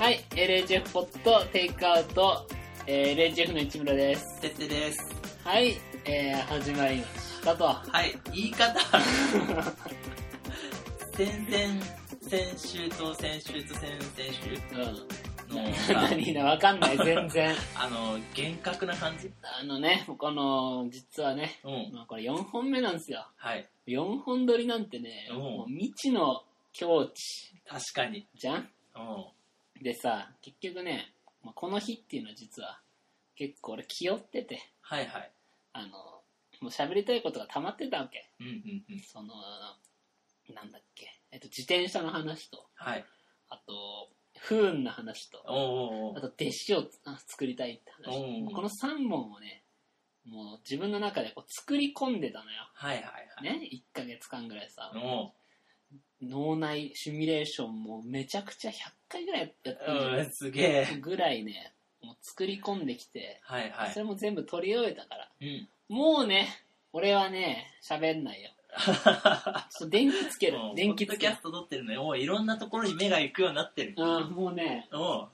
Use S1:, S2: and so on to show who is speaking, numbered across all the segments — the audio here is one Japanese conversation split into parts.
S1: はい、LHF ポットテイクアウト、えー LHF の市村です。
S2: てってです。
S1: はい、えー始まりましたと。
S2: はい、言い 方。全然、先週と先週と先々
S1: うん。
S2: 週 の、
S1: 何だ、わかんない、全然。
S2: あの、厳格な感じ
S1: あのね、この、実はね、
S2: うん。
S1: まあ、これ4本目なんですよ。
S2: はい、
S1: 4本撮りなんてね、
S2: うん
S1: もう未知の境地
S2: 確かに。
S1: じゃん
S2: うん。
S1: でさ、結局ね、まあ、この日っていうのは実は、結構俺気負ってて、
S2: はいはい。
S1: あの、もう喋りたいことが溜まってたわけ。
S2: うんうんうん。
S1: その、なんだっけ、えっと、自転車の話と、
S2: はい。
S1: あと、不運な話と、
S2: おうおう
S1: あ
S2: おう
S1: と、弟子をあ作りたいって話。
S2: うん
S1: もうこの3本をね、もう自分の中でこう作り込んでたのよ。
S2: はいはいはい。
S1: ね、1ヶ月間ぐらいさ、
S2: お
S1: 脳内シミュレーションもめちゃくちゃ100回ぐらいやったんじゃ
S2: う、
S1: なんい
S2: すげえ。
S1: ぐらいね、もう作り込んできて、
S2: はいは
S1: そ
S2: い。
S1: れも全部取り終えたから、
S2: うん。
S1: もうね、俺はね、喋んないよ。ちょっと電気つける
S2: もう、
S1: 電気
S2: ポッ
S1: つ
S2: ドキ
S1: け
S2: ャ
S1: る
S2: ス。ト撮ってるのよ。もういろんなところに目が行くようになってる。
S1: うん、もうね、
S2: おう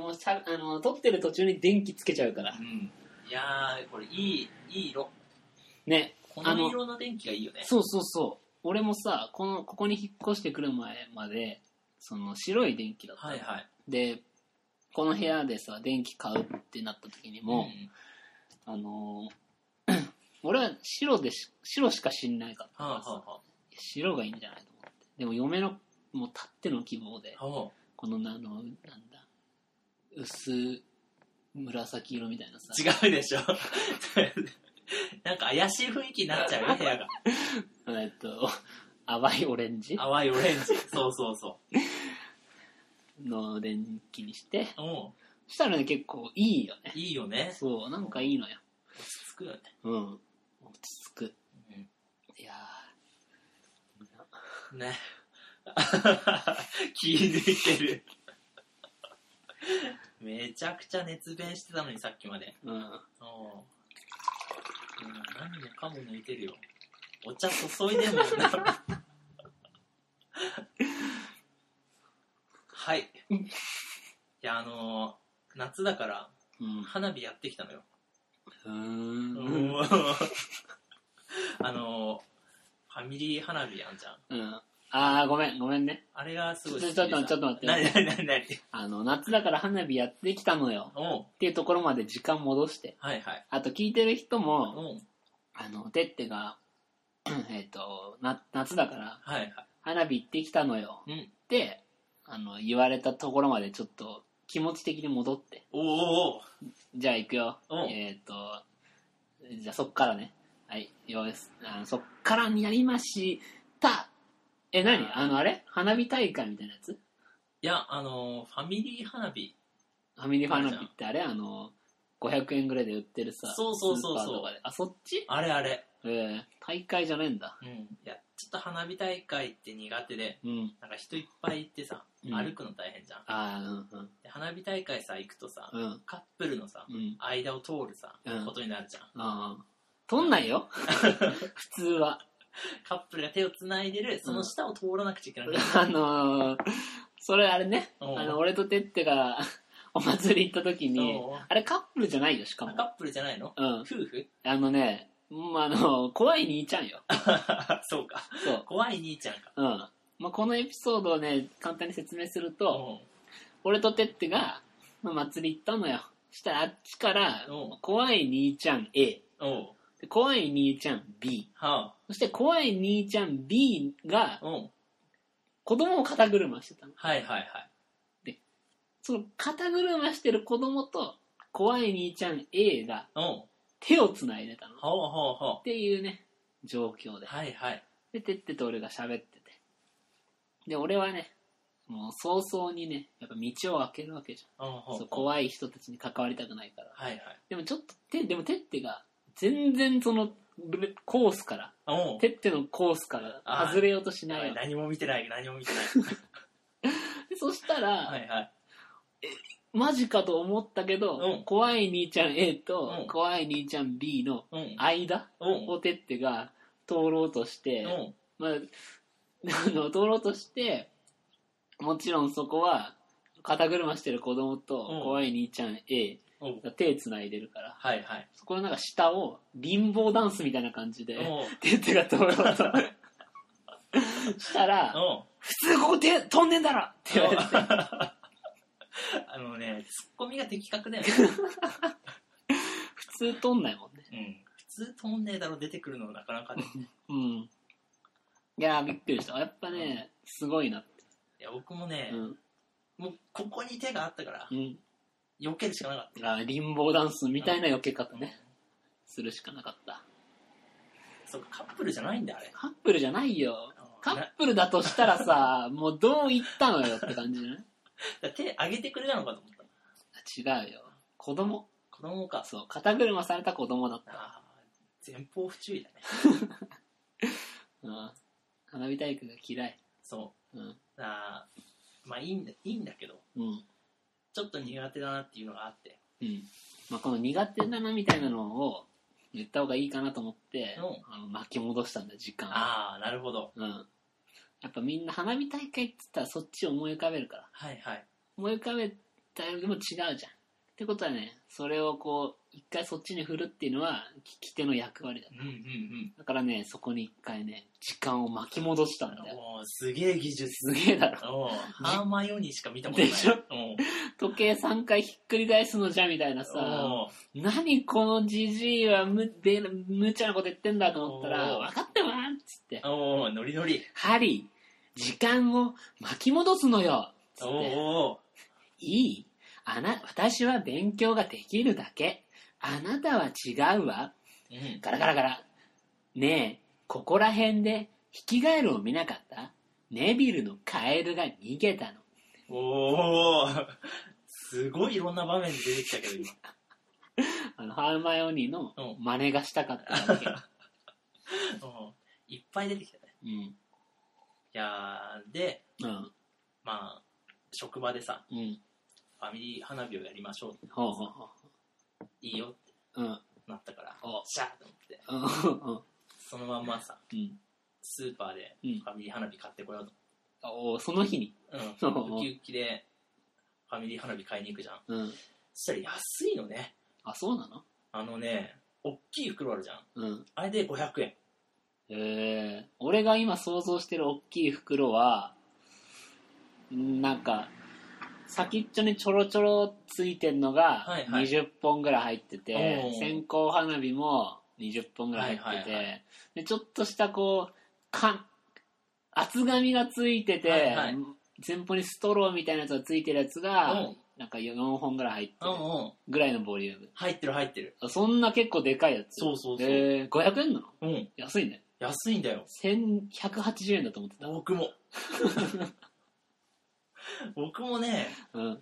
S1: もうしゃあの撮ってる途中に電気つけちゃうから
S2: う。ん。いやー、これいい、いい色。
S1: ね、
S2: こ
S1: あ
S2: の
S1: の
S2: 色の電気がいいよね。
S1: そうそうそう。俺もさ、この、ここに引っ越してくる前まで、その白い電気だった。
S2: はいはい。
S1: で、この部屋でさ、電気買うってなった時にも、
S2: ん
S1: あのー 俺は白でし、白しか知んないかったから
S2: は
S1: さ、
S2: あは
S1: 白がいいんじゃないと思って。でも嫁の、もうたっての希望で
S2: あ、は
S1: この、あの、なんだ、薄紫色みたいなさ、
S2: あ。違うでしょ。 なんか怪しい雰囲気になっちゃうよ、部屋が。
S1: えっと、 淡いオレンジ
S2: 淡いオレンジ。そうそうそ
S1: の電気にして、
S2: う。うん。
S1: そしたらね、結構いいよね。
S2: いいよね。
S1: そう、なんかいいのよ。
S2: 落ち着くよね。
S1: うん。落ち着く。いや
S2: うんね。 気抜いてる。めちゃくちゃ熱弁してたのに、さっきまで。
S1: ー、うん。
S2: うん。うん何もかも抜いてるよ。お茶注いでも。はい。いや、あのー夏だから
S1: うん。
S2: 花火やってきたのよ。
S1: うーん。
S2: あのーファミリー花火やんじゃん。
S1: うん。あー、ごめん、ごめんね。
S2: あれがす
S1: ち
S2: ご
S1: ょ
S2: い
S1: ちょっと、ちょっと待って。
S2: なになになになに
S1: あの、夏だから花火やってきたのよ。
S2: おう
S1: っていうところまで時間戻して。
S2: はいはい。
S1: あと聞いてる人も、
S2: おう
S1: あの、てってが、えっと、な、夏だから
S2: はいはい。
S1: 花火行ってきたのよ。
S2: うん
S1: って、あの、言われたところまでちょっと気持ち的に戻って。
S2: おうおうおう
S1: じゃあ行くよ。
S2: うん
S1: えっ、と、じゃあそっからね。はい、よし。あのそっからになりました。え、何あの、あれ花火大会みたいなやつ
S2: いや、あのーファミリー花火。
S1: ファミリーファンナピってあれあの、500円ぐらいで売ってるさ。
S2: そうそうそう
S1: スーパ
S2: そう
S1: ーとかであ、そっち
S2: あれあれ。
S1: えー、大会じゃねえんだ。
S2: うん。いや、ちょっと花火大会って苦手で、
S1: うん。
S2: なんか人いっぱい行ってさ、
S1: うん
S2: 歩くの大変じゃん。
S1: あー、
S2: で花火大会さ、行くとさ、
S1: うん、うん。
S2: カップルのさ、
S1: うん。
S2: 間を通るさ、
S1: うん
S2: ことになるじゃん。
S1: ああ。取んない よ普通は。
S2: カップルが手をつないでる、その下を通らなくちゃいけない。
S1: あのー、それあれね。
S2: うん
S1: あの、俺とてってがお祭り行った時に、
S2: うん
S1: あれカップルじゃないよ、しか
S2: カ
S1: も。
S2: ップルじゃないの
S1: うん
S2: 夫。婦
S1: あのね、うんあの、怖い兄ちゃんよ。
S2: そうか。
S1: そう。
S2: 怖い兄ちゃんか。
S1: うん。まあ、このエピソードをね、簡単に説明すると、
S2: おう
S1: 俺とてってが、まあ、祭り行ったのよ。したらあっちから、
S2: おう
S1: 怖い兄ちゃん A、
S2: おう
S1: で怖い兄ちゃん B、
S2: はあ。
S1: そして怖い兄ちゃん B が
S2: おう
S1: 子供を肩車してたの。
S2: はいはいはい。
S1: その肩車してる子供と怖い兄ちゃん A が
S2: おう
S1: 手を繋いでたの。っ
S2: ほうほうほ
S1: ていうね、状況
S2: う。
S1: で。
S2: はいはい。
S1: で、てってと俺が喋ってて。で、俺はね、もう早々にね、やっぱ道を開けるわけじ
S2: おう
S1: ゃ
S2: ほ
S1: ん。そ
S2: う
S1: う
S2: ほう。
S1: 怖い人たちに関わりたくないから。
S2: はいはい。
S1: でもちょっと、て、でもてってが、全然その、ブコースから、
S2: おう
S1: てってのコースから
S2: あー
S1: 外れようとし
S2: や
S1: な
S2: ば
S1: い
S2: い
S1: わけ
S2: 何も見てない、何も見てない。
S1: でそしたら、
S2: はいはい。
S1: マジかと思ったけど、
S2: うん
S1: 怖い兄ちゃん A と、
S2: うん
S1: 怖い兄ちゃん B の
S2: うん。
S1: 間
S2: うん。
S1: をてってが通ろうとして、
S2: うん。
S1: まあ、あの通ろうとしてもちろんそこは肩車してる子供と
S2: うん
S1: 怖い兄ちゃん A
S2: うん。
S1: が手つないでるから
S2: はいはい。
S1: そこのなんか下を貧乏ダンスみたいな感じで
S2: うん。うん。
S1: 手手が通ろうとしたら「普通ここ手飛んでんだろ!」って言われて
S2: あのね、ツッコミが的確だよね。
S1: 普通飛んないもんね
S2: うん。普通飛んねえだろ、出てくるのなかなかね。
S1: うんいやーびっくりしたやっぱねすごいなって
S2: いや、僕もね
S1: う、ん、
S2: もうここに手があったから
S1: う、ん、
S2: 避けるしかなかっ
S1: あー貧乏ダンスみたいな避け
S2: た。
S1: 方ねするしかなかった
S2: そうか、カップルじゃないんだ、あれ。
S1: カップルじゃないよカ
S2: な
S1: ップルだとしたらさ、もうどう言ったのよって感じじゃ
S2: だ手上げてくれたのかと思った。
S1: ない違うよ。子供。
S2: 子供か。
S1: そう、肩車された子供だった。
S2: あー前方不注意だね。
S1: うん。花火大会が嫌い。
S2: そ
S1: うん。
S2: う。あーまあいいんだ、いいんだけど、
S1: うん。
S2: ちょっと苦手だなっていうのがあって。
S1: うん。まあ、この苦手だなみたいなのを言った方がいいかなと思って、
S2: う
S1: あの巻き戻したんだよ、時間を。
S2: ああ、なるほど。
S1: うん。やっぱみんな花火大会って言ったらそっちを思い浮かべるから。
S2: はいはい。
S1: 思い浮かべたよりも違うじゃん。ってことはね、それをこう、一回そっちに振るっていうのは聞き手の役割だ
S2: うんうんうん。
S1: だからね、そこに一回ね、時間を巻き戻したんだよ。
S2: おーすげえ技術。
S1: すげえだろ。
S2: おーハーマイオニーしか見たことない。
S1: でしょ
S2: おー
S1: 時計3回ひっくり返すのじゃみたいなさ、
S2: おー
S1: 何このじじいはむ、べ、無茶なこと言ってんだと思ったら、
S2: おー
S1: 分かってまーっつって、
S2: おーノリノリ。
S1: ハリー、時間を巻き戻すのよつっ
S2: おー
S1: て、
S2: お
S1: いいあな、私は勉強ができるだけ。あなたは違うわ。
S2: ーうん。
S1: ガラガラガラ。ねえ、ここら辺でヒキガエルを見なかったネビルのカエルが逃げたの。
S2: おーすごいいろんな場面で出てきたけど、今。
S1: あの、ハーマイオニーの
S2: うん
S1: 真似がしたかった だけ。
S2: おーいっぱい出てきたね。
S1: うん。
S2: いやーで、
S1: うん。
S2: まあ、職場でさ、
S1: うん。
S2: ファミリー花火をやりましょう。
S1: ほうほうほ
S2: いいよって
S1: う。うん。
S2: なったから、
S1: お
S2: シャーと思って、
S1: うん。うん。
S2: そのまんまさ、
S1: うん。
S2: スーパーで
S1: うん
S2: ファミリー花火買ってこようと。
S1: おーその日に。
S2: う
S1: そ
S2: ん。ウキ
S1: う。
S2: ウキで、ファミリー花火買いに行くじゃん。
S1: うん。
S2: そしたら安いのね。
S1: あ、そうなの
S2: あのね、大きい袋あるじゃん。
S1: うん。
S2: あれで500円。
S1: えー、俺が今想像してる大きい袋は、んなんか、先っちょにちょろちょろついてんのが
S2: はいはい
S1: 20本ぐらい入ってて、
S2: おー
S1: 線香花火も20本ぐらい入ってて、
S2: はいはい
S1: でちょっとしたこう缶厚紙がついてて、
S2: はいはい
S1: 前方にストローみたいなやつがついてるやつ
S2: うん。
S1: が、
S2: うん
S1: なんか4本ぐらい入ってる
S2: うん。
S1: ぐらいのボリューム
S2: 入ってる入ってる。
S1: あそんな結構でかいやつ
S2: そうそうそう
S1: えー、500円なの
S2: うん。
S1: 安いね
S2: 安いんだよ。
S1: 1180円だと思ってた。
S2: 僕も。 僕もね、
S1: うん。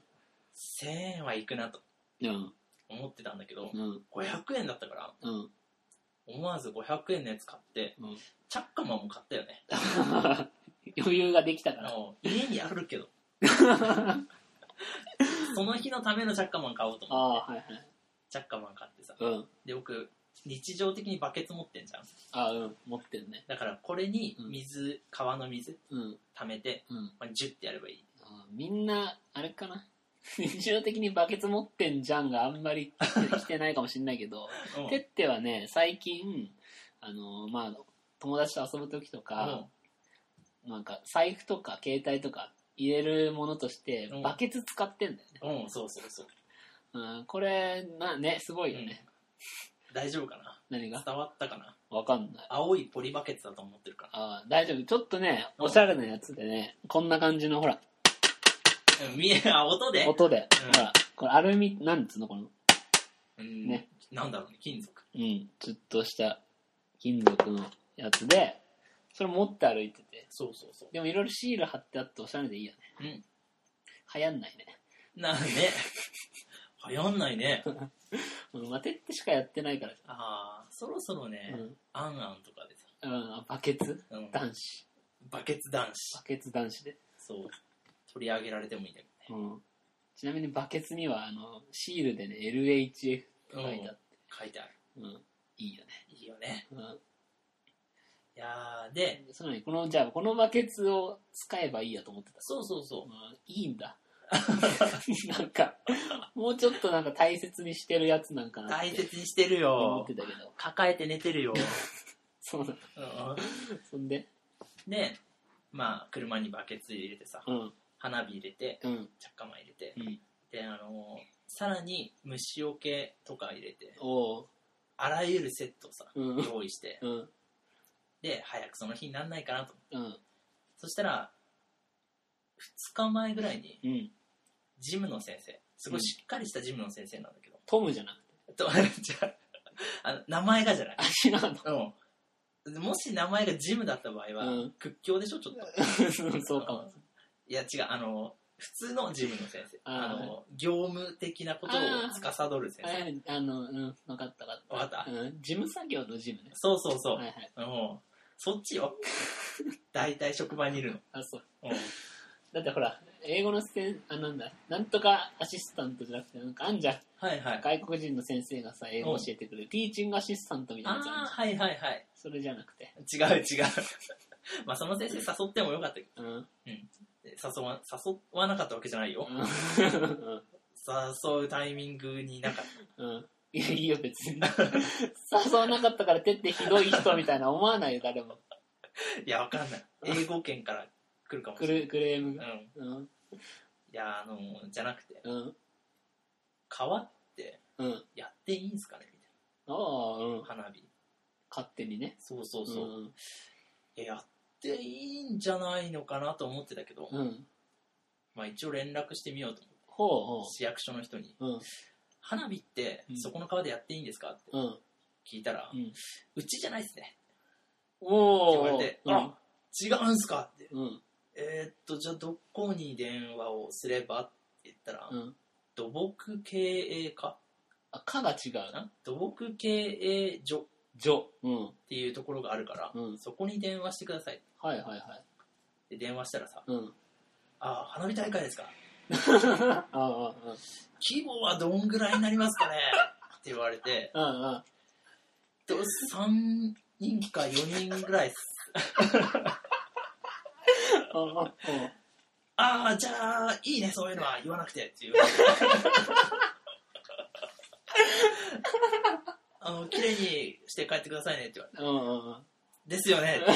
S2: 1000円はいくなと
S1: うん。
S2: 思ってたんだけど、
S1: うん。
S2: 500円だったから、
S1: うん。
S2: 思わず500円のやつ買って、
S1: うん
S2: チャッカマンも買ったよね。
S1: 余裕ができた
S2: あ
S1: から。
S2: の家にあるけど。その日のためのチャッカマン買おうと
S1: あ
S2: 思って、
S1: あ、はいはい。
S2: チャッカマン買ってさ。
S1: うん。
S2: で、僕、日常的にバケツ持ってんじゃん。
S1: ああ、うん。持ってるね。
S2: だからこれに水、川の水
S1: うん。
S2: 溜めて、
S1: うん。
S2: まあ、ジュッてやればいい。
S1: あーみんな、あれかな。日常的にバケツ持ってんじゃんがあんまり来てないかもしんないけど、てってはね、最近、あの、まあ、友達と遊ぶ時とか、なんか財布とか携帯とか入れるものとして
S2: うん、
S1: バケツ使ってんだよね。
S2: うん、うん、そうそうそう。
S1: うん、これ、な、ね、すごいよね。
S2: うん大丈夫かな
S1: 何が
S2: 伝わったかな
S1: わかんない。
S2: 青いポリバケツだと思ってるか
S1: あー大丈夫。ちょっとね、
S2: うん
S1: おしゃれなやつでね、こんな感じの、ほら、
S2: ら。うん、見え、あ、音で。
S1: 音で、
S2: うん
S1: ほら、これアルミ、なんつうの、この、
S2: うん、
S1: ね
S2: なんだろうね、金属。
S1: うん、ちょっとした金属のやつで、それ持って歩いてて。
S2: そうそうそう。
S1: でもいろいろシール貼ってあっておしゃれでいいよね。
S2: うん。
S1: 流行んないね。
S2: なんで、 流行んないね。
S1: うん、まあ、てってしかやってないから
S2: ああ、そろそろね、
S1: うん。
S2: アンアンとかでさ、
S1: うん、バケツ
S2: うん
S1: 男子。
S2: バケツ男子
S1: バ。ケツ男子で。
S2: そう。取り上げられてもいいんだけ
S1: うん。ちなみにバケツには、あの、シールでね、LHF って書いてあっ
S2: 書いてある。
S1: て、うん、いいよね。
S2: いいよね。
S1: うん
S2: いやー、で、
S1: そのね、この、じゃあ、このバケツを使えばいいやと思ってた。
S2: そうそうそう
S1: う。んいいんだ。 なんか、もうちょっとなんか大切にしてるやつなんかなっ
S2: 大
S1: て
S2: 切にしてる
S1: 思
S2: よ
S1: って。たけど。
S2: 抱えて寝てるよ。
S1: そうなんそんで、
S2: で、まあ、車にバケツ入れてさ、
S1: うん、
S2: 花火入れて、
S1: うん、
S2: 着火マン入れて
S1: う、ん。
S2: で、あのーさらに虫除けとか入れて、
S1: おう、
S2: あらゆるセットをさ、
S1: うん、うん、
S2: 用意して、
S1: うん、
S2: で、早くその日になんないかなと。
S1: うん、
S2: そしたら、2日前ぐらいに、
S1: うん。
S2: ジムの先生、すごいしっかりしたジムの先生なんだけど、
S1: トムじゃなくて、
S2: と、じゃあ、あの名前がじゃない。
S1: 足なの。
S2: うん。もし名前がジムだった場合は、
S1: うん
S2: 屈強でしょ、ちょっと。
S1: そうかも。
S2: いや、違う、あの、普通のジムの先生。
S1: あ
S2: あ
S1: ー
S2: の、業務的なことを司る先
S1: は
S2: 生。
S1: い、あの、うん、分かった分か
S2: わ
S1: っ
S2: かった
S1: た。うん、事務作業の事務ね。
S2: そうそうそう。
S1: はいはい。
S2: うん。そっちよ。 大体職場にいるの。
S1: あ、そう。
S2: うん。
S1: だってほら、英語の先あ、なんだ、なんとかアシスタントじゃなくて、なんかあんじゃん。
S2: はいはい。
S1: 外国人の先生がさ、英語教えてくれる、ティーチングアシスタントみたい
S2: あ
S1: なやつある
S2: あ、
S1: じゃん
S2: はいはいはい。
S1: それじゃなくて。
S2: 違う違う。 まあ、その先生誘ってもよかったけど、
S1: うん。
S2: 誘わ誘わなかったわけじゃないよ。誘うタイミングになかっ
S1: うん。いや、いいよ、別に。誘わなかったから、てってひどい人みたいな思わないよ、誰も。
S2: た。いや、わかんない。英語圏から来るかも
S1: ク
S2: しれ
S1: レクレーム
S2: な
S1: が。
S2: い。うん。
S1: うん。
S2: いや、あの、じゃなくて、
S1: うん。
S2: 変わって
S1: うん。
S2: やっていいんすかねみたい
S1: ああ、うん
S2: な。。花火。
S1: 勝手にね。
S2: そうそうそう。
S1: うん。
S2: えやっていいんじゃないのかなと思ってたけど、
S1: うん。
S2: まあ一応連絡してみようと思って、
S1: ほうほ
S2: 市役所の人に、
S1: う。うん。
S2: 花火って
S1: うん
S2: そこの川でやっていいんですかって
S1: うん。
S2: 聞いたら、
S1: うん。
S2: うちじゃないっすね。って言
S1: お
S2: わ
S1: ー
S2: れて、
S1: うん
S2: あ、違うんすかって。
S1: うん。
S2: えーっと、じゃあどこに電話をすればって言ったら、
S1: うん。
S2: 土木経営課
S1: あ、かが違
S2: か
S1: う。
S2: な土木経営所っ
S1: じょ。うん。
S2: ていうところがあるから、
S1: うん
S2: そこに電話してください。
S1: はいはいはい。
S2: で、電話したらさ、
S1: うん。
S2: あ、花火大会ですか
S1: ああ、うん。
S2: 規模はどんぐらいになりますかね って言われて、
S1: うんうん。
S2: と3人か4人ぐらいっす。ああ、じゃあ、いいね、そういうのは言わなくてっていう。あの、綺麗にして帰ってくださいねって言われて。
S1: うんうん
S2: ですよね。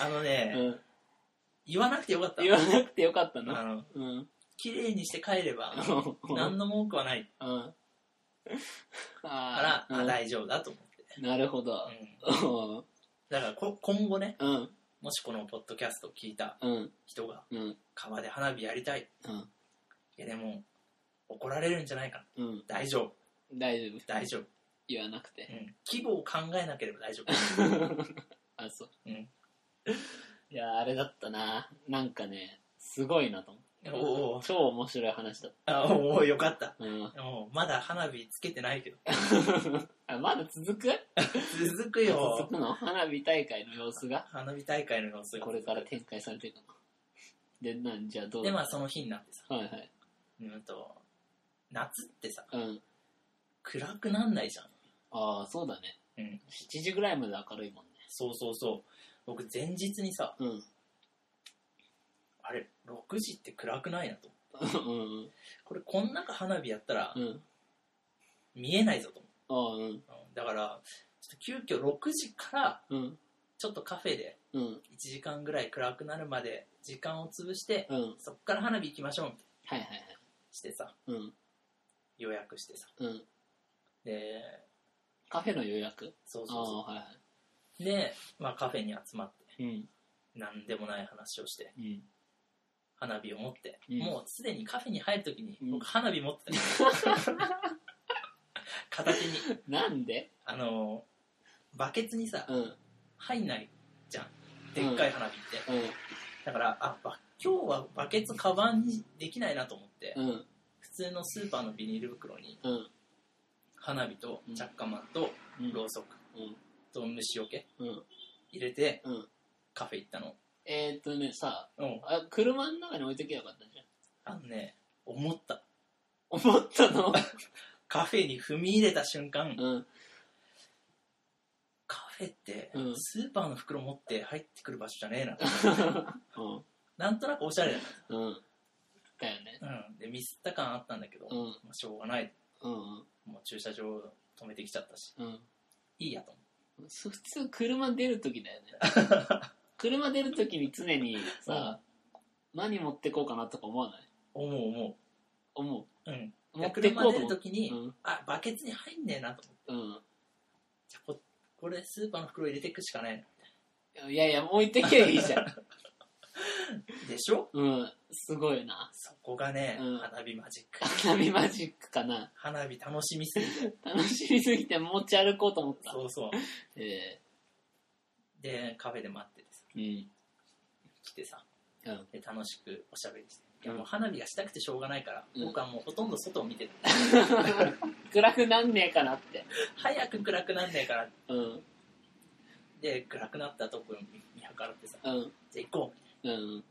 S2: あのね、
S1: うん。
S2: 言わなくてよかった。
S1: 言わなくてよかった
S2: あ
S1: な。
S2: の、
S1: うん。
S2: 綺麗にして帰れば、 何の文句はない
S1: うん。
S2: から
S1: あ、
S2: あ
S1: あ、
S2: 大丈夫だと思って。
S1: なるほ
S2: う
S1: ど。
S2: ん
S1: うん。
S2: だからこ、今後ね、
S1: うん。
S2: もしこのポッドキャストを聞いた
S1: うん。
S2: 人が、
S1: うん。
S2: 川で花火やりたい。
S1: うん。
S2: いやでも、怒られるんじゃないか
S1: う
S2: な。
S1: ん。
S2: 大丈夫、
S1: 大丈夫。
S2: 大丈夫。
S1: 言わなく
S2: う
S1: て。
S2: ん。規模を考えなければ大丈夫。
S1: あ、そう。
S2: うん。
S1: いや、あれだったな。なんかね、すごいなと思って。
S2: おうおう
S1: 超面白い話だっ
S2: あおうおうよかった。
S1: た。うん。
S2: おうまだ花火つけてないけど。
S1: あ、まだ続く
S2: 続くよ
S1: 続。くの花火大会の様子が
S2: 花火大会の様子が
S1: これから展開されていくの。で、なんじゃあどう
S2: で、まあその日になってさ、
S1: はいはい。
S2: うんと、夏ってさ、
S1: うん。
S2: 暗くなんないじゃん。
S1: ああ、そうだね。
S2: うん。
S1: 7時ぐらいまで明るいもんね。
S2: そうそうそう。僕前日にさ、
S1: うん。
S2: あれ、6時って暗くないなと。
S1: うん。
S2: これ、こん中花火やったら
S1: う、ん。
S2: 見えないぞと思
S1: ああ、うん。
S2: う。うんだから、ちょっと急遽6時から、
S1: うん。
S2: ちょっとカフェで、
S1: うん。
S2: 1時間ぐらい暗くなるまで時間を潰して、
S1: うん。
S2: そっから花火行きましょうみたいな
S1: はいはいはい。
S2: してさ
S1: うん。
S2: 予約してさ
S1: うん。
S2: で
S1: カフェの予約
S2: そう
S1: あ
S2: そう
S1: あ、
S2: そ
S1: はいう
S2: で、まあ、カフェに集まって
S1: はい。うん。
S2: 何でもない話をして
S1: うん。
S2: 花火を持って、
S1: うん
S2: もうすでにカフェに入る時に
S1: うん
S2: 僕花火持ってたよ、 片手に
S1: なんで
S2: あのバケツにさ
S1: うん。うん。
S2: 入んないじゃんでっかい花火って、だからあば今日はバケツカバンにできないなと思って、
S1: うん。
S2: 普通のスーパーのビニール袋に
S1: うん。
S2: 花火と着火マンと
S1: うん。
S2: ろうそく
S1: うん。
S2: と虫よけ
S1: うん。
S2: 入れて
S1: うん。
S2: カフェ行ったの
S1: えーっとね、さ、
S2: うん。
S1: あ車の中に置いときゃよかったじゃん。
S2: あのね、思った。
S1: 思ったの
S2: カフェに踏み入れた瞬間、
S1: うん。
S2: カフェって
S1: う、ん
S2: スーパーの袋持って入ってくる場所じゃねえな。
S1: うん。
S2: なんとなくおしゃれだ
S1: うん。だよね。
S2: な。うん。で、ミスった感あったんだけど、
S1: うん。
S2: まあしょうがない。
S1: うん。
S2: もう駐車場止めてきちゃったし、
S1: うん。
S2: いいやと思って。
S1: そ普通車出るときだよね。 車出るときに常にさ、何持ってこうかなとか思わない
S2: 思う思
S1: 思
S2: う。うん。
S1: う。
S2: で
S1: 持って
S2: 車
S1: こう
S2: 出
S1: と
S2: る
S1: 思
S2: と
S1: う。
S2: きに、
S1: うん。
S2: あ、バケツに入んねえなと思っ
S1: う
S2: て。じゃあこ、これスーパーの袋入れていくしかない
S1: ん。いやいや、置いてけばいいじ ゃん。
S2: でしょ
S1: うん。すごいな。
S2: そこがね、
S1: うん
S2: 花火マジック。
S1: 花火マジックかな。
S2: 花火楽しみすぎて。
S1: 楽しみすぎて持ち歩こうと思った。
S2: そうそう。
S1: え
S2: で、カフェで待っててさ、
S1: えうん。
S2: 来てさ、
S1: うん
S2: で楽しくおしゃべりして。いや
S1: うん
S2: もう花火がしたくてしょうがないから、
S1: うん
S2: 僕はもうほとんど外を見てた。
S1: 暗くなんねえかなって。
S2: 早く暗くなんねえから、
S1: うん。
S2: で、暗くなったとこ見見計らってさ、
S1: うん。
S2: じゃあ行こ
S1: うん。
S2: う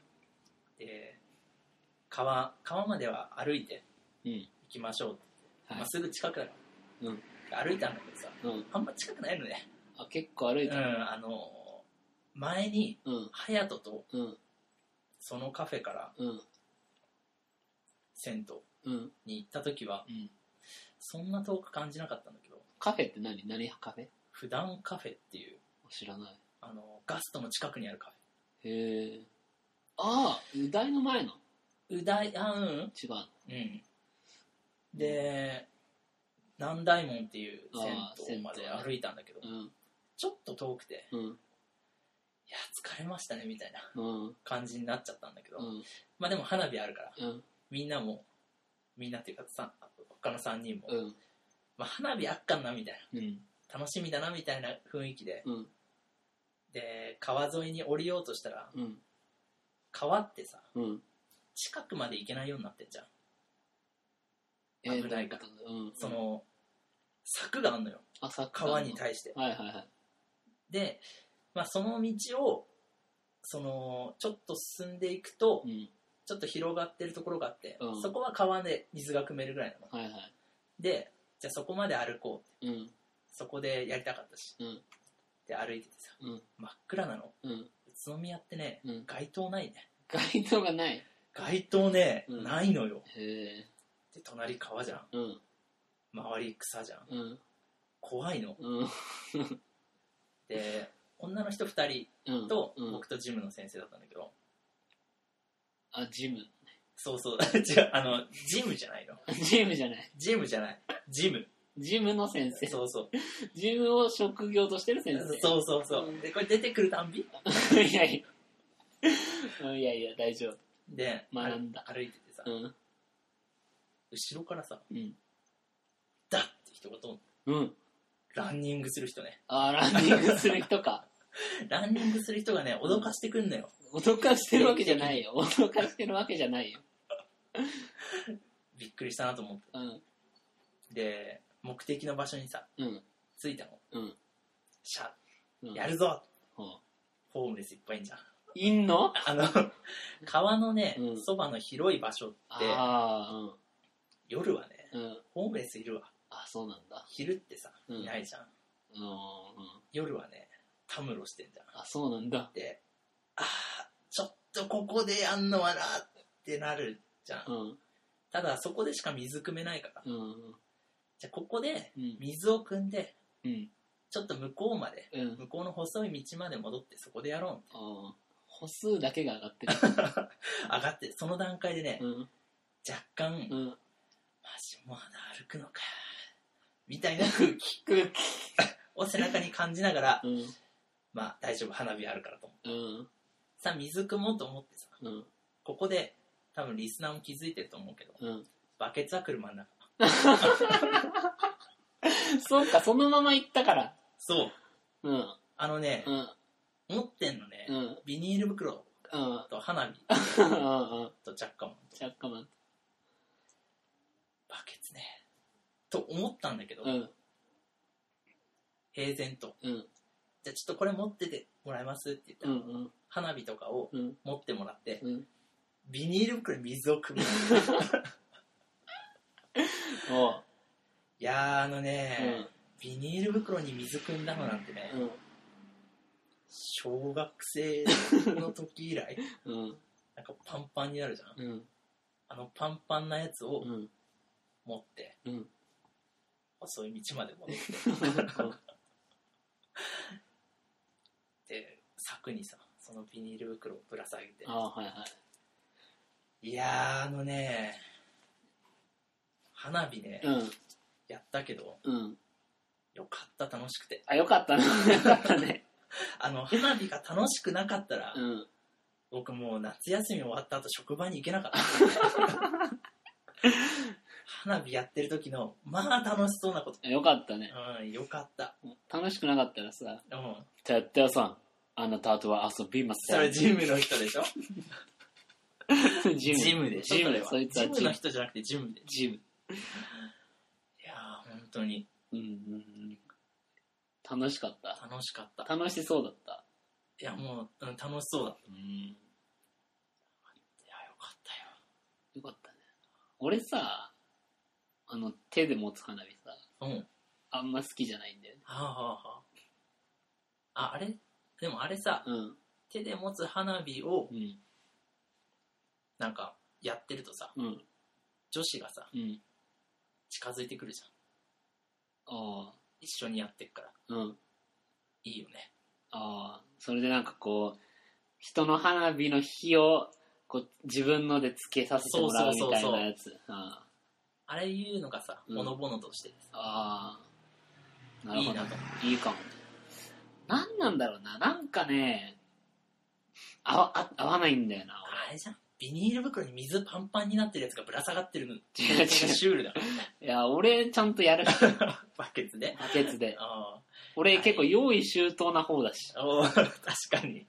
S2: で、川、川までは歩いて
S1: うん。
S2: 行きましょうって。
S1: は
S2: ま
S1: い
S2: あ、。すぐ近くだから。
S1: うん
S2: 歩いたんだけどさ、
S1: うん。
S2: あんま近くないのね。
S1: あ、結構歩
S2: う
S1: い
S2: ん、
S1: た。
S2: あの、前に、
S1: うん。
S2: 隼人と
S1: うん。
S2: そのカフェから
S1: うん。
S2: 銭湯
S1: うん。
S2: に行った時は、
S1: うん。
S2: そんな遠く感じなかったんだけど、
S1: カフェって何何カフェ
S2: 普段カフェっていう、
S1: 知らない。
S2: あの、ガストの近くにあるカフ
S1: へえ。ああ、うだいの前の
S2: ェ。うだい、あ、うん
S1: 違う。あ
S2: うん。で、南大門っていう
S1: あー
S2: 銭湯まで
S1: 銭湯ね
S2: 歩いたんだけど、
S1: うん。
S2: ちょっと遠くて、
S1: うん。
S2: いや、疲れましたね、みたいな
S1: うん。
S2: 感じになっちゃったんだけど、
S1: うん。
S2: まあでも花火あるから、
S1: うん。
S2: みんなも、みんなっていうか、さ他の3人も、
S1: うん。
S2: まあ花火あっかんな、みたい
S1: うん。
S2: な、楽しみだな、みたいな雰囲気で、
S1: うん。
S2: で、川沿いに降りようとしたら、
S1: うん。
S2: 川ってさ、
S1: うん。
S2: 近くまで行けないようになってんじゃん。
S1: えー
S2: 危ないから
S1: どううことうん。
S2: そ、の、柵があんのよ。
S1: あ、サッカーの
S2: 川に対して。
S1: はいはいはい。
S2: で、まあ、その道を、その、ちょっと進んでいくと
S1: う、ん。
S2: ちょっと広がってるところがあって、
S1: うん
S2: そこは川で水が汲めるぐらいなの。
S1: はいはい。
S2: で、じゃあそこまで歩こう。
S1: うん。
S2: そこでやりたかったし。
S1: うん
S2: で、歩いててさ、
S1: うん
S2: 真っ暗なの。
S1: うん。
S2: 宇都宮ってね、
S1: うん。
S2: 街灯ないね。
S1: 街灯がない。
S2: 街灯ね、
S1: うん
S2: ないのよ。
S1: へえ。
S2: で、隣川じゃん。
S1: うん。
S2: 周り草じゃん。
S1: うん。
S2: 怖いの。
S1: うん。
S2: で、女の人2人
S1: うん。
S2: と、
S1: うん
S2: 僕、とジムの先生だったんだけど、
S1: あ、ジム。
S2: そう そう、違う、あの、ジムじゃないの。
S1: ジムじゃない。
S2: ジムじゃない。ジム。
S1: ジムの先生。
S2: そうそう。
S1: ジムを職業としてる先生。
S2: そうそうそうう。
S1: ん
S2: で、これ出てくるたんび
S1: いやいや。うんいやいや、大丈夫。
S2: で、
S1: 学んだ
S2: あ歩いててさ、
S1: うん。
S2: 後ろからさ、
S1: うん。
S2: ダッって一言、
S1: うん。
S2: ランニングする人ね。
S1: あー、ランニングする人か。
S2: ランニングする人がね、脅かしてくんのよ。
S1: 脅かしてるわけじゃないよ。脅かしてるわけじゃないよ。
S2: びっくりしたなと思っ
S1: うん。
S2: て。で、目的の場所にさ、
S1: うん。
S2: 着いたの。
S1: うん。
S2: シャ
S1: うん
S2: ッ、やるぞ
S1: ほ
S2: ホームレスいっぱいいんじゃん。
S1: ういんの
S2: あの、川のね
S1: うん、
S2: そばの広い場所って、
S1: あ
S2: 夜はね、
S1: あ、うん。うん。
S2: ホームレスいるわ。
S1: あ、そうなんだ。
S2: 昼ってさ、
S1: うん
S2: いないじゃん。
S1: うん。うん
S2: 夜はね、たむろしてんじゃん。
S1: あ、そうなんだ。
S2: で、ああ、ちょっとここでやんのはなってなるじゃん。
S1: うん。
S2: ただ、そこでしか水汲めないから。
S1: うん。
S2: じゃあ、ここで
S1: うん。
S2: 水を汲んで、
S1: うん。
S2: ちょっと向こうまで、
S1: うん。
S2: 向こうの細い道まで戻って、そこでやろう。
S1: あー歩数だけが上がってる。
S2: 上がって、その段階でね
S1: う、ん。
S2: 若干、
S1: う
S2: マ
S1: ん。
S2: ジまだ歩くのか。みたいな空気
S1: 空
S2: を背中に感じながら、
S1: うん。
S2: まあ、大丈夫、花火あるからと思う。
S1: うん。
S2: さあ、水汲もうと思ってさ、
S1: うん。
S2: ここで、多分リスナーも気づいてると思うけど、
S1: うん。
S2: バケツは車の中。
S1: そうか、そのまま行ったから。
S2: そう。
S1: うん。
S2: あのね
S1: う、ん。
S2: 持ってんのね、
S1: うん。うん。
S2: ビニール袋
S1: うん。
S2: と花火
S1: うん。
S2: と着火も
S1: ちゃっかまん。
S2: バケツね。と思ったんだけど、
S1: うん。
S2: 平然と。
S1: うん。
S2: じゃあちょっとこれ持っててもらえますって言った
S1: う
S2: ら、
S1: ん。
S2: 花火とかを
S1: うん。
S2: 持ってもらって、
S1: うん。
S2: ビニール袋に水を 汲む。い
S1: おう。
S2: やー、あの
S1: う
S2: ね、
S1: ん。
S2: ビニール袋に水汲んだのなんてね、
S1: うん。
S2: 小学生の時以来、
S1: うん。
S2: なんかパンパンになるじゃん。
S1: うん。
S2: あのパンパンなやつを
S1: うん。
S2: 持って、
S1: うん。
S2: 細い道まで戻って、柵にさ、そのビニール袋をぶら下げて
S1: あ、あ、はいはい。
S2: いやー、あのね、花火ね、
S1: うん。
S2: やったけど、
S1: うん。
S2: よかった、楽しくて。
S1: あ、よかった な。よかったね。
S2: あの、花火が楽しくなかったら、
S1: うん。
S2: 僕もう夏休み終わった後職場に行けなかった。 花火やってる時の、まあ楽しそうなこと。
S1: よかったね。
S2: うん、よかった。
S1: 楽しくなかったらさ、
S2: うん。
S1: てってやさん、あなたとは遊びません。
S2: それジムの人でしょ
S1: ム。 ジム。
S2: ジムでしょ
S1: ジム
S2: それ
S1: で、
S2: は
S1: そいつは
S2: ジム
S1: ジ
S2: の
S1: ム。
S2: 人じゃなくてジムで。い
S1: ジム。
S2: やー、本当に
S1: うんうんうん。楽しかった。
S2: 楽しかった。
S1: 楽しそうだった。
S2: いや、もう、うん、楽しそうだ。
S1: うん。よ
S2: いや、よかったよ。
S1: かったね。俺さ、あの、手で持つ花火さ、
S2: うん。
S1: あんま好きじゃないんだよね。
S2: はあ、はあ、はあ。あ、あれでもあれさ、
S1: うん。
S2: 手で持つ花火を
S1: う、ん。
S2: なんか、やってるとさ、
S1: うん。
S2: 女子がさ、
S1: うん。
S2: 近づいてくるじゃん。
S1: あ
S2: 一緒にやってっから。
S1: あ。うん。
S2: いいよね。
S1: ああ、それでなんかこう、人の花火の火をこう自分のでつけさせてもらうみたいなやつ。あ
S2: あれいうのがさ、
S1: うん
S2: ほのぼのとしてさ、
S1: あー、ないる
S2: い
S1: ほど
S2: な。と。
S1: いいかも。なんなんだろうな。なんかね、合わあ合わないんだよな、
S2: あれじゃん。ビニール袋に水パンパンになってるやつがぶら下がってるの。
S1: 違う違う
S2: シュールだからね。
S1: 俺。いや、俺ちゃんとやる。
S2: バケツで。
S1: バケツで。
S2: あ
S1: 俺結構用意周到な方だし。
S2: あ。おー 確かに。い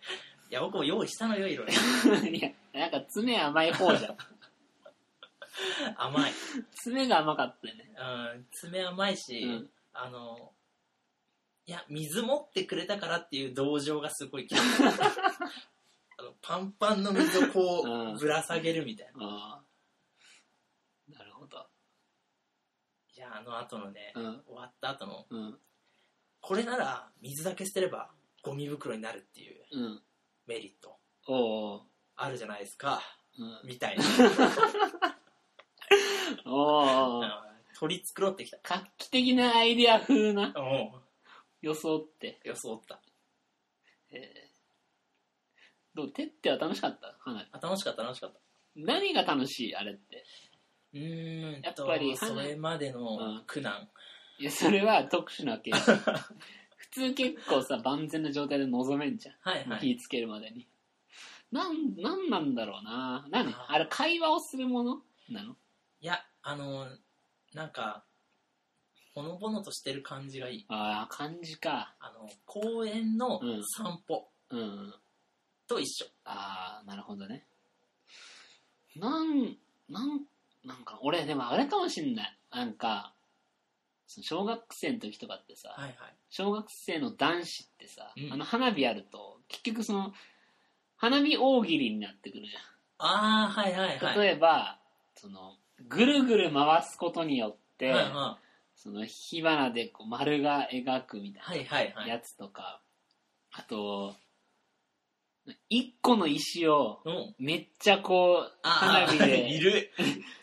S2: や、僕も用意したのよ、いろいろ。
S1: いや、なんか爪甘い方じゃん。
S2: 甘い。
S1: 爪が甘かったよね。
S2: うん、爪甘いし、
S1: うん
S2: あの、いや、水持ってくれたからっていう同情がすごい気にな るあのパンパンの水をこう、
S1: うん
S2: ぶら下げるみたいな。
S1: ああ。なるほど。
S2: いや、あの後のね、
S1: うん。
S2: 終わった後の、
S1: うん。
S2: これなら水だけ捨てればゴミ袋になるっていう
S1: うん。
S2: メリット
S1: おうおう。
S2: あるじゃないですか、
S1: うん
S2: みたいな。
S1: おー、
S2: うん取り繕ってきた。
S1: 画期的なアイディア風な
S2: うん
S1: 予想って。
S2: 装った。
S1: えー、どう、てっては楽しかった花火。
S2: あ楽しかった、楽しかった。
S1: 何が楽しいあれって。
S2: うーん、
S1: やっぱり
S2: とそれまで
S1: う
S2: の
S1: ん
S2: 苦難。
S1: いや、それは特殊なケー ス。普通結構さ、万全な状態で臨めんじゃん。
S2: はいはい。
S1: 火つけるまでに。なん、なんなんだろうな。なに
S2: あー
S1: あれ、会話をするものなの
S2: いや、あのなんか、ほのぼのとしてる感じがいい。
S1: ああ、感じか。
S2: あの、公園の
S1: うん
S2: 散歩
S1: うん。
S2: と一緒。
S1: ああ、なるほどね。なん、なん、なんか、俺、でもあれかもしんない。なんか、その小学生の時とかってさ、
S2: はいはい。
S1: 小学生の男子ってさ、
S2: うん
S1: あの花火やると、結局その、花火大喜利になってくるじ
S2: ああ、はいはい
S1: ゃ
S2: は
S1: ん。
S2: い。
S1: 例えば、その、ぐるぐる回すことによって、
S2: はいは
S1: その火花でこう丸が描くみたいな。
S2: いはいはい。
S1: やつとか、あと、一個の石を
S2: うん。
S1: めっちゃこう、
S2: あ
S1: 花
S2: ー
S1: 火
S2: い
S1: で
S2: る。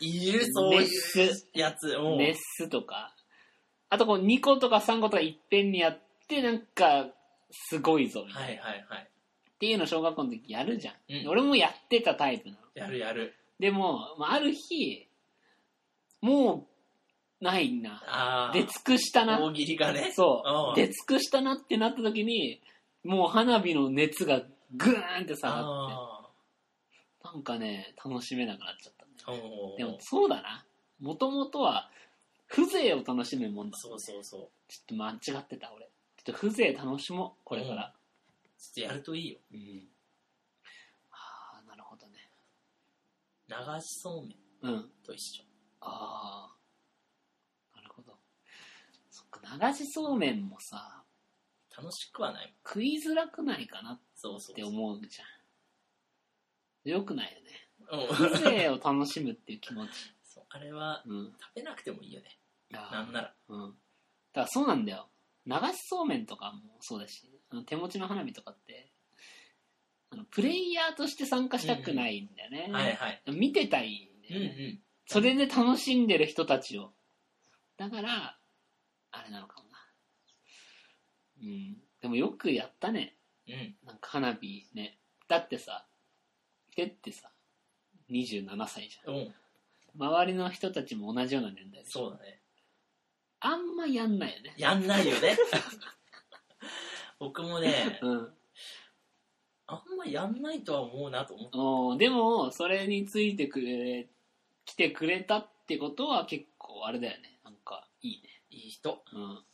S2: いる、そうい
S1: メ
S2: う
S1: ス
S2: やつ。うん
S1: 熱すとか、あとこう2個とか3個とかいっぺんにやって、なんか、すごいぞ、みたい
S2: は
S1: な。
S2: いはいはい。
S1: っていうの小学校の時やるじゃん。
S2: うん
S1: 俺もやってたタイプなの。
S2: やるやる。
S1: でも、まあ、ある日、もう、ないな。
S2: ああ。
S1: 出尽くしたな。
S2: 大喜利がね。
S1: そうう。
S2: ん
S1: 出尽くしたなってなった時に、もう花火の熱がグーンって下がっ
S2: あ
S1: て、なんかね、楽しめなくなっちゃったね。
S2: あ。うん
S1: でもそうだな。もともとは、風情を楽しむもんだ。ちょ
S2: そうそうそう。
S1: っと間違ってた、俺。ちょっと風情楽しもう、これから。
S2: ちょっとやるといいよ。
S1: うん。ああ、なるほどね。
S2: 流しそうめん
S1: うん。
S2: と一緒。
S1: ああ。なるほど。そっか、流しそうめんもさ、
S2: 楽しくはない。
S1: 食いづらくないかなっ
S2: そうそう
S1: て
S2: そう。
S1: 思うじゃん。よくないよね。
S2: うん
S1: 個性を楽しむっていう気持ち。
S2: そうあれは
S1: うん。
S2: 食べなくてもいいよね。
S1: あー
S2: なんなら。
S1: うん。だからそうなんだよ。流しそうめんとかもそうだし、あの手持ちの花火とかって、あのプレイヤーとして参加したくないんだよね。
S2: はいはい。
S1: 見てたいん
S2: う
S1: だ
S2: んう
S1: よね、
S2: ん。
S1: それで楽しんでる人たちを。だから、あれなのかもな。うん。でもよくやったね。
S2: うん。
S1: なんか花火ね。だってさ、てってさ、27歳じゃん。
S2: うん。
S1: 周りの人たちも同じような年代でしょ。
S2: そうだね。
S1: あんまやんないよね。
S2: やんないよね。 僕もね、
S1: うん。
S2: あんまやんないとは思うなと思って。
S1: おーでも、それについてくれ、来てくれたってことは結構あれだよね。なんか、いいね。
S2: いい人。
S1: うん。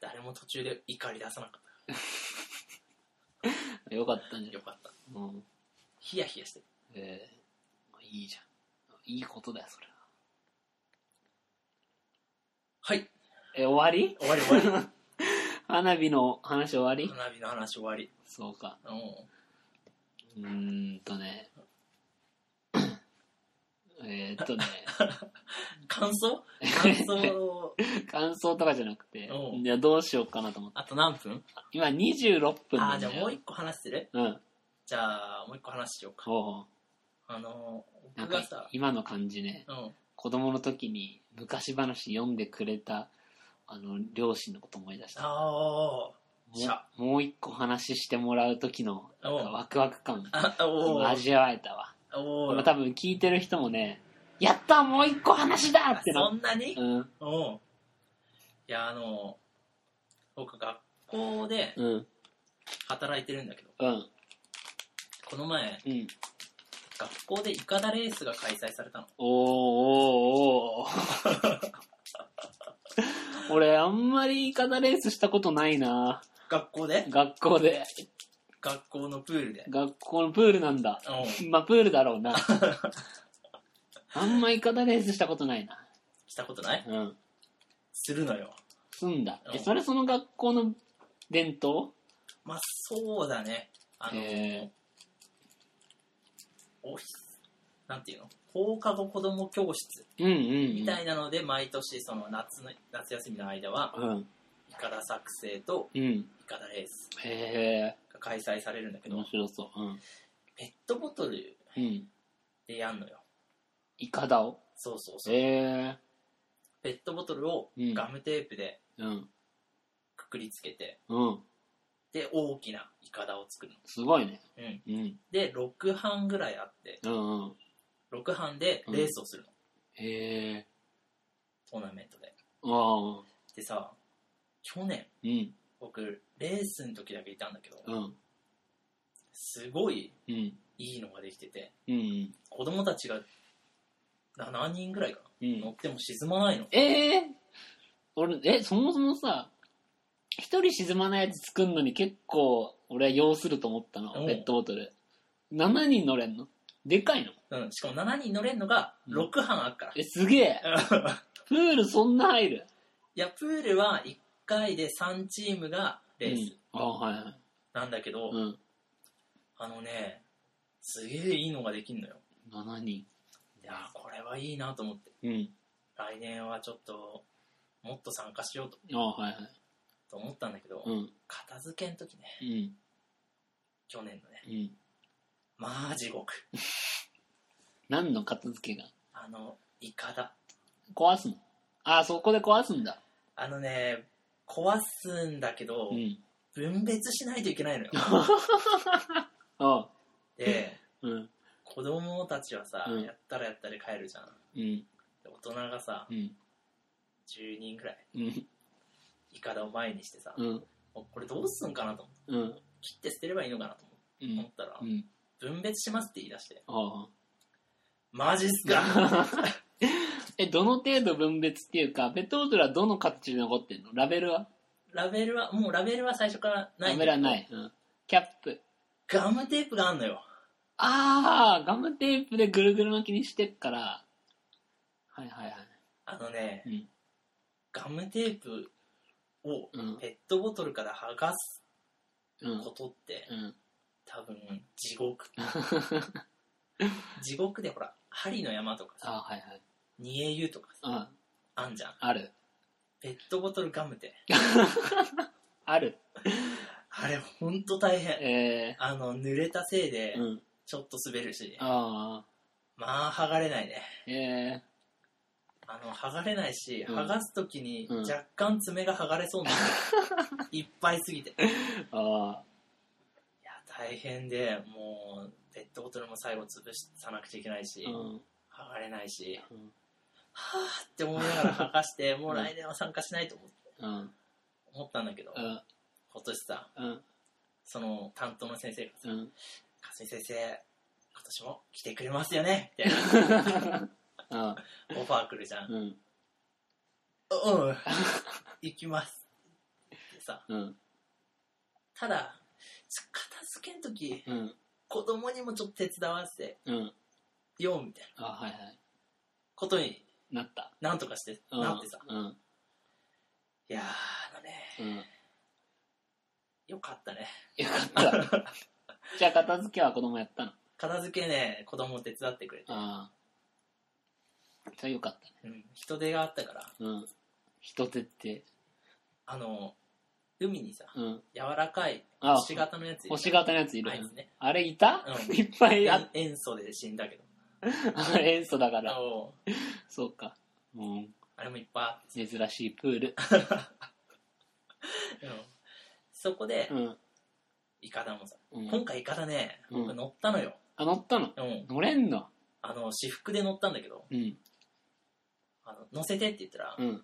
S2: 誰も途中で怒り出さなかっ
S1: よかったん
S2: た。
S1: じゃ
S2: よかった。
S1: ん。うん。
S2: ヒヤヒヤして。
S1: えー、いいじゃん。いいことだよ、それは。
S2: はい。
S1: え、終わり
S2: 終わり終わ
S1: 花火の話終わ
S2: り。
S1: り
S2: 花火の話終わり。
S1: そうか。う
S2: う
S1: ーんとね。 えーっとね、
S2: ん。感想感想 を。
S1: 感想とかじゃなくて
S2: おう、
S1: じゃあどうしようかなと思って。
S2: あと何分
S1: 今26分
S2: あ
S1: な
S2: あ、
S1: ん
S2: じゃあ
S1: だ
S2: も
S1: よ
S2: う。一個話する
S1: うん。
S2: じゃあ、もう一個話しようか。
S1: ほうほ
S2: あの
S1: う。
S2: ー、
S1: なん
S2: 僕が
S1: か
S2: さ、
S1: 今の感じね、
S2: うん。
S1: 子供の時に昔話読んでくれた、あの、両親のこと思い出した。
S2: あ
S1: も
S2: しゃ
S1: うもう一個話してもらう時の、
S2: あ、
S1: な
S2: お
S1: んか
S2: う
S1: ワクワク感、
S2: あ、おう
S1: 味わえたわ。
S2: お
S1: これ
S2: う
S1: 多分聞いてる人もね、やったもう一個話だって
S2: そ
S1: な。
S2: んなに
S1: うん。
S2: おういや、あのー、僕学校で
S1: うん。
S2: 働いてるんだけど、
S1: うん。
S2: この前、
S1: うん。
S2: 学校でイカダレースが開催されたの。
S1: おーおーお ー俺、あんまりイカダレースしたことないな
S2: 学校で
S1: 学校で。
S2: 学校のプールで。
S1: 学校のプールなんだ。
S2: おう
S1: まあ、プールだろうな。あんまイカダレースしたことないな。
S2: したことない
S1: うん。
S2: するのよ。
S1: すんだ。え、
S2: うん
S1: それその学校の伝統
S2: まあ、そうだね。あのー、
S1: え
S2: おひなんていうの放課後子ども教室
S1: ー、うんうん。
S2: みたいなので、毎年その夏の夏休みの間は
S1: うん。
S2: イカダ作成と
S1: うん。
S2: イカダレース
S1: へ
S2: が開催されるんだけ
S1: ー、
S2: ど
S1: 面白そう。うん。
S2: ペットボトル
S1: うん。
S2: でやんのよ
S1: イカダを。
S2: そうそうそう
S1: へ
S2: ペットボトルを
S1: うん
S2: ガムテープで
S1: ー、うん。
S2: くくりつけて
S1: うん。
S2: で大きなイカダを作る
S1: すごいね。
S2: の、うん、
S1: うん。
S2: で6班ぐらいあって
S1: うんうん。
S2: 6班でレースをするの、
S1: へえ。
S2: トーナメントで
S1: ああ。
S2: でさ去年
S1: うん。
S2: 僕レースの時だけいたんだけど
S1: うん。
S2: すごい
S1: うん。
S2: いいのができてて
S1: うん。
S2: 子供たちが7人ぐらいか
S1: う
S2: な乗
S1: ん。
S2: っても沈まないの
S1: ええ俺、え、そもそもさ、一人沈まないやつ作るのに結構、俺は要すると思ったの、
S2: うん
S1: ペットボトル。7人乗れんのでかいの
S2: うん、しかも7人乗れんのが
S1: うん
S2: 6班あるから。
S1: え、すげえ プールそんな入る
S2: いや、プールは1回で3チームがレース
S1: うん、あはいはい。
S2: なんだけど、
S1: うん。
S2: あのね、すげえいいのができんのよ。
S1: 7人。
S2: いやー、これはいいなと思って。
S1: うん。
S2: 来年はちょっと、もっと参加しようと
S1: あはいはい。
S2: と思ったんだけど、
S1: うん。
S2: 片付けん時ね、
S1: うん。
S2: 去年のね、
S1: うん。
S2: まあ地獄。
S1: 何の片付けが
S2: あの、イカだ。
S1: 壊すのあ、そこで壊すんだ。
S2: あのね、壊すんだけど、
S1: うん。
S2: 分別しないといけな いのよ。
S1: あ
S2: で、
S1: うん。
S2: 子供たちはさ、
S1: うん
S2: やったらやったら帰るじゃん。
S1: うん。
S2: で大人がさ、
S1: うん。
S2: 10人ぐらい、
S1: うん。
S2: イカダを前にしてさ、
S1: うん。
S2: もうこれどうすんかなと思って、
S1: うん。
S2: 切って捨てればいいのかなと
S1: う
S2: 思
S1: ん
S2: っ。たら
S1: う、ん。
S2: 分別しますって言い出して、
S1: ああ。
S2: マジっすか
S1: え、どの程度分別っていうか、ペットボトルはどの形で残ってんのラベルは
S2: ラベルは、もうラベルは最初からない。。
S1: ラベルはないい。うん。キャップ。
S2: ガムテープがあんのよ。
S1: あー、ガムテープでぐるぐる巻きにしてっから。はいはいはい。
S2: あのね、
S1: うん
S2: ガムテープを
S1: うん。
S2: ペットボトルから剥がす
S1: うん。
S2: ことって
S1: うん。
S2: 多分地獄地獄でほら針の山とかさ
S1: あ、はいはい。
S2: 煮え湯とかさ
S1: うん。
S2: あんじゃん
S1: ある。
S2: ペットボトルガムって
S1: ある。
S2: あれほんと大変
S1: え
S2: あの濡れたせいで
S1: ー。うん。
S2: ちょっと滑るし、
S1: ああ。
S2: まあ剥がれないね
S1: え
S2: あの剥がれないし、
S1: うん
S2: 剥がす時に
S1: うん
S2: 若干爪が剥がれそうな のいっぱいすぎていや
S1: ー。あ
S2: 大変でもうペットボトルも最後潰さなくちゃいけないし、
S1: あ。うん。
S2: 剥がれないし
S1: うん
S2: はあって思いながら剥がしてもう来年は参加しないと思って
S1: うん。
S2: 思ったんだけど、
S1: うん。
S2: 今年さ
S1: うん。
S2: その担当の先生が
S1: うん
S2: 「かすみ先生今年も来てくれますよね」 みたい
S1: あ
S2: なオファー来るじゃ
S1: ー
S2: ん「
S1: うん。
S2: うん行きます」ってさ
S1: うん。
S2: ただちょ片付けん時
S1: うん。
S2: 子供にもちょっと手伝わせ
S1: うん。
S2: ようみたいな
S1: あはいはい。
S2: ことに
S1: なった。
S2: なんとかして、
S1: うん。
S2: なってさ
S1: うん。
S2: いやーあのね
S1: うん。
S2: よかったね
S1: よかった。 じゃあ片付けは子供やったの。
S2: 片付けね子供手伝ってくれて、
S1: ああ。それよかったね。
S2: うん、人手があったから
S1: うん。人手って。
S2: あの海にさ
S1: うん。
S2: 柔らかい
S1: あ
S2: 星型のやついる
S1: 星型のやついる
S2: あいつね
S1: あれいた、
S2: うん
S1: いっぱいあっ
S2: 塩塩素で死んだけど
S1: あれ塩素だか
S2: あ
S1: ら。
S2: の
S1: そうか。うん。
S2: あれもいっぱいあ
S1: 珍しいプール。
S2: って、うんそこで
S1: うん。
S2: イカダもさ
S1: う
S2: 今
S1: ん、
S2: 回イカダね
S1: うん
S2: 僕乗ったのよ、
S1: あ、乗ったの
S2: うん、
S1: 乗れんの
S2: あの私服で乗ったんだけど
S1: うん。
S2: あの乗せてって言ったら、
S1: うん。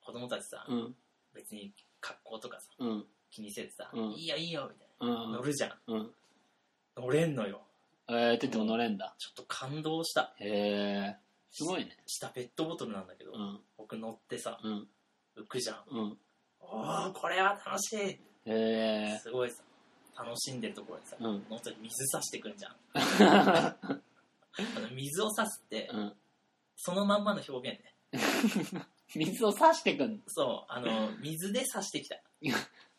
S2: 子供たちさ、
S1: うん。
S2: 別に格好とかさ
S1: うん。
S2: 気にせずさ、
S1: うん
S2: いいよいいよみたい
S1: うん。
S2: な乗るじゃん
S1: うん。
S2: 乗れんのよ
S1: えー、って言っても乗れんだ。
S2: ちょっと感動した
S1: へえー。すごいね。
S2: 下ペットボトルなんだけど、
S1: うん。
S2: 僕乗ってさ
S1: うん。
S2: 浮くじゃん
S1: うん。
S2: おおこれは楽しい、
S1: へえ
S2: すごいさ楽しんでるところにさ、
S1: ー。うん。
S2: 本当に水さしてくんじ ゃんあの水をさすって、
S1: うん。
S2: そのまんまの表現ね
S1: 水を差してくん
S2: そうあの水でさしてきた、
S1: の。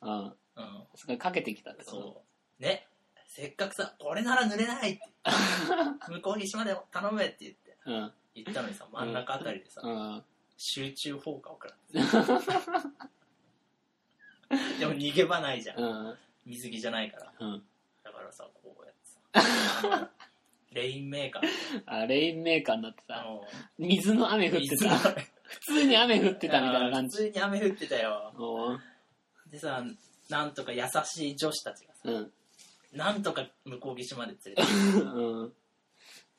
S1: うん。
S2: うん、
S1: それかけてきたってこと
S2: そうねせっかくさこれなら濡 れないって向こう岸まで頼むって言って
S1: うん。
S2: 言ったのにさ真ん中あたりでさ、
S1: うん。
S2: 集中放火を食らってでも逃げ場ないじゃん
S1: うん。
S2: 水着じゃないから
S1: うん。
S2: だからさこうやってさあ のレインメーカー
S1: あ、レインメーカーになって
S2: あ
S1: さ、
S2: の
S1: 水の雨降って
S2: 水
S1: た。
S2: が
S1: 普通に雨降ってたみたいな感
S2: 普
S1: じ。
S2: 通に雨降ってたよ
S1: おー
S2: でさなんとか優しい女子たちがさ
S1: うん。
S2: なんとか向こう岸まで連れて
S1: うん。
S2: 行っ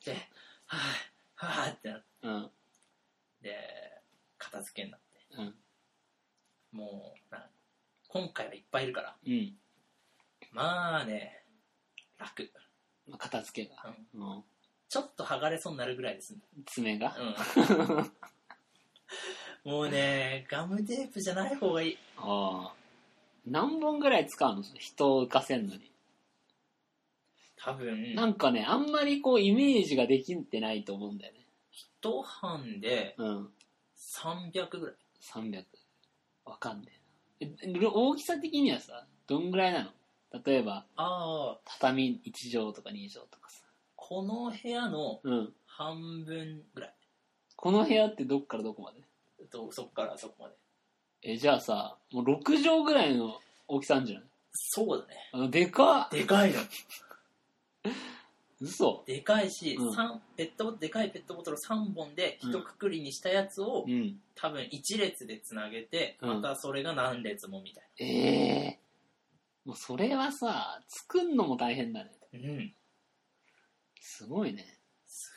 S2: てはあはあってなっ
S1: うん。
S2: て片付けになって
S1: うん。
S2: もうな今回はいっぱいいるから
S1: うん。
S2: まあね楽
S1: まあ、片付けが。うん。
S2: ちょっと剥がれそうになるぐらいですね
S1: 爪が。
S2: うんもうねガムテープじゃない方がいい
S1: ああ。何本ぐらい使うのその人を浮かせんのに。
S2: 多分
S1: なんかね、あんまりこう、イメージができてないと思うんだよね。
S2: 一班で
S1: うん。
S2: 300ぐらい
S1: 300。わかんねえな。えで大きさ的にはさ、どんぐらいなの例えば、
S2: ああ
S1: 畳1畳とか2畳とかさ。
S2: この部屋の
S1: うん。
S2: 半分ぐらい
S1: この部屋ってどっからどこまで
S2: とそこからそこまで
S1: え、じゃあさ、もう6畳ぐらいの大きさあんじゃない
S2: そうだね
S1: あの、でかっ
S2: でかいの
S1: 嘘
S2: でかいし、
S1: うん
S2: 三ペットボでかいペットボトル3本で一括りにしたやつを、
S1: うん。
S2: 多分1列でつなげて、
S1: うん
S2: またそれが何列もみたい
S1: ええもうそれはさ、作んのも大変だね。
S2: なうん
S1: すごいね。
S2: す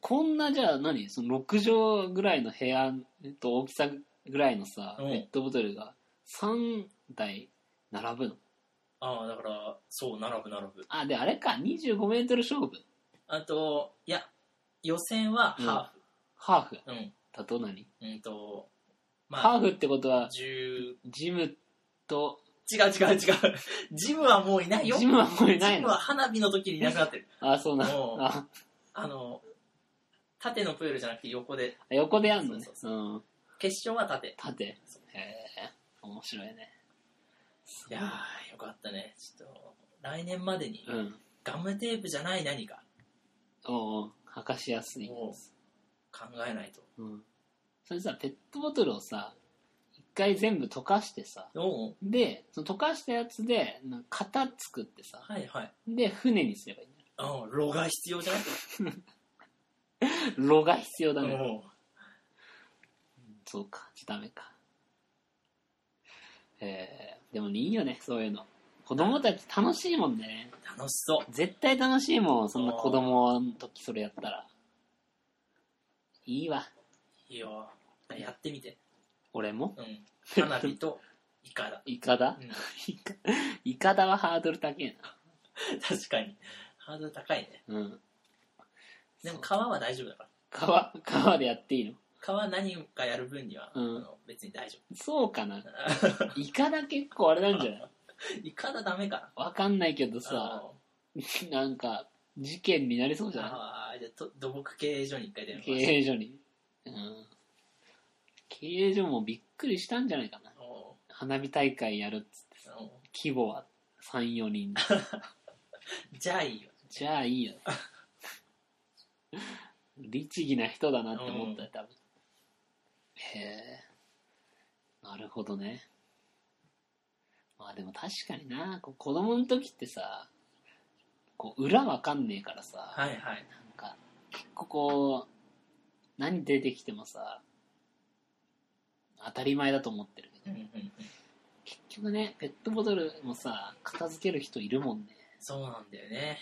S1: こんなじゃあ何その6畳ぐらいの部屋と大きさぐらいのさ、
S2: うん
S1: ペットボトルが3台並ぶの。
S2: ああだからそう並ぶ並ぶ
S1: あ、で、あれか、25メートル勝負。
S2: あといや予選はハ
S1: ハーフ
S2: ーフうん
S1: だと何、
S2: うん、と
S1: ハ
S2: ま
S1: ーフってこと
S2: あ
S1: は、
S2: 10
S1: ジムと、
S2: 違う違う違う ジムはもういないよ
S1: ジムはもういな
S2: ジ
S1: い
S2: ム
S1: の
S2: は。花火の時にいなくなってる
S1: あ、そうなん
S2: おう
S1: あ、
S2: あの縦のプールじゃなくて横で
S1: 横でやんのね。
S2: そう
S1: うん。
S2: 決勝は縦
S1: 縦。へ面白いね。す
S2: い
S1: ご
S2: やー、よかったね。ちょっと、来年までに、
S1: うん。
S2: ガムテープじゃない何か、
S1: おうおう、履かしやすい。
S2: を考えないと。
S1: うん。それさ、ペットボトルをさ、一回全部溶かしてさ、
S2: おう
S1: で、その溶かしたやつで、なんか型作ってさ、
S2: はいはい。
S1: で、船にすればいいんだよ。
S2: うん、ロが必要じゃない
S1: 炉が必要だね。
S2: おう
S1: そうか、ダメか。えー、でもねいいよね、そういうの。子供たち楽しいもんね。
S2: 楽しそう。
S1: 絶対楽しいもん、そんな子供の時それやったら。いいわ、
S2: いいよ。やってみて。
S1: 俺も。
S2: うん。花火 とイカだ。
S1: イカだ
S2: うん、
S1: イカ イカだはハードル高え
S2: 確かに。ハードル高いね。
S1: な。うん。
S2: でも川は大丈夫だから。
S1: 川、川でやっていいの
S2: 川何かやる分には、
S1: うん
S2: あの別に大丈
S1: そうか な。
S2: 夫。
S1: イカだ結構あれなんじゃない
S2: イカだダメか
S1: わかんないけど
S2: な。
S1: さ、なんか、事件になりそうじゃない
S2: ああー、じゃあと土木経営所に一回電話
S1: 経
S2: して。
S1: 営所に、うん、経営所もびっくりしたんじゃないかな
S2: おう
S1: 花火大会やるっつって
S2: おう
S1: 規模は34人
S2: じゃあいいよ。
S1: じゃあいいよ律儀な人だなって思ったよ多分へえなるほどねまあでも確かになこう子供の時ってさこう裏わかんねえからさ、
S2: はいはい。
S1: なんか、結構こう、何出てきてもさ、当たり前だと思ってるけ
S2: う
S1: ど、
S2: んうんうん、
S1: 結局ね、ペットボトルもさ、片付ける人いるもんね。
S2: そうなんだよね。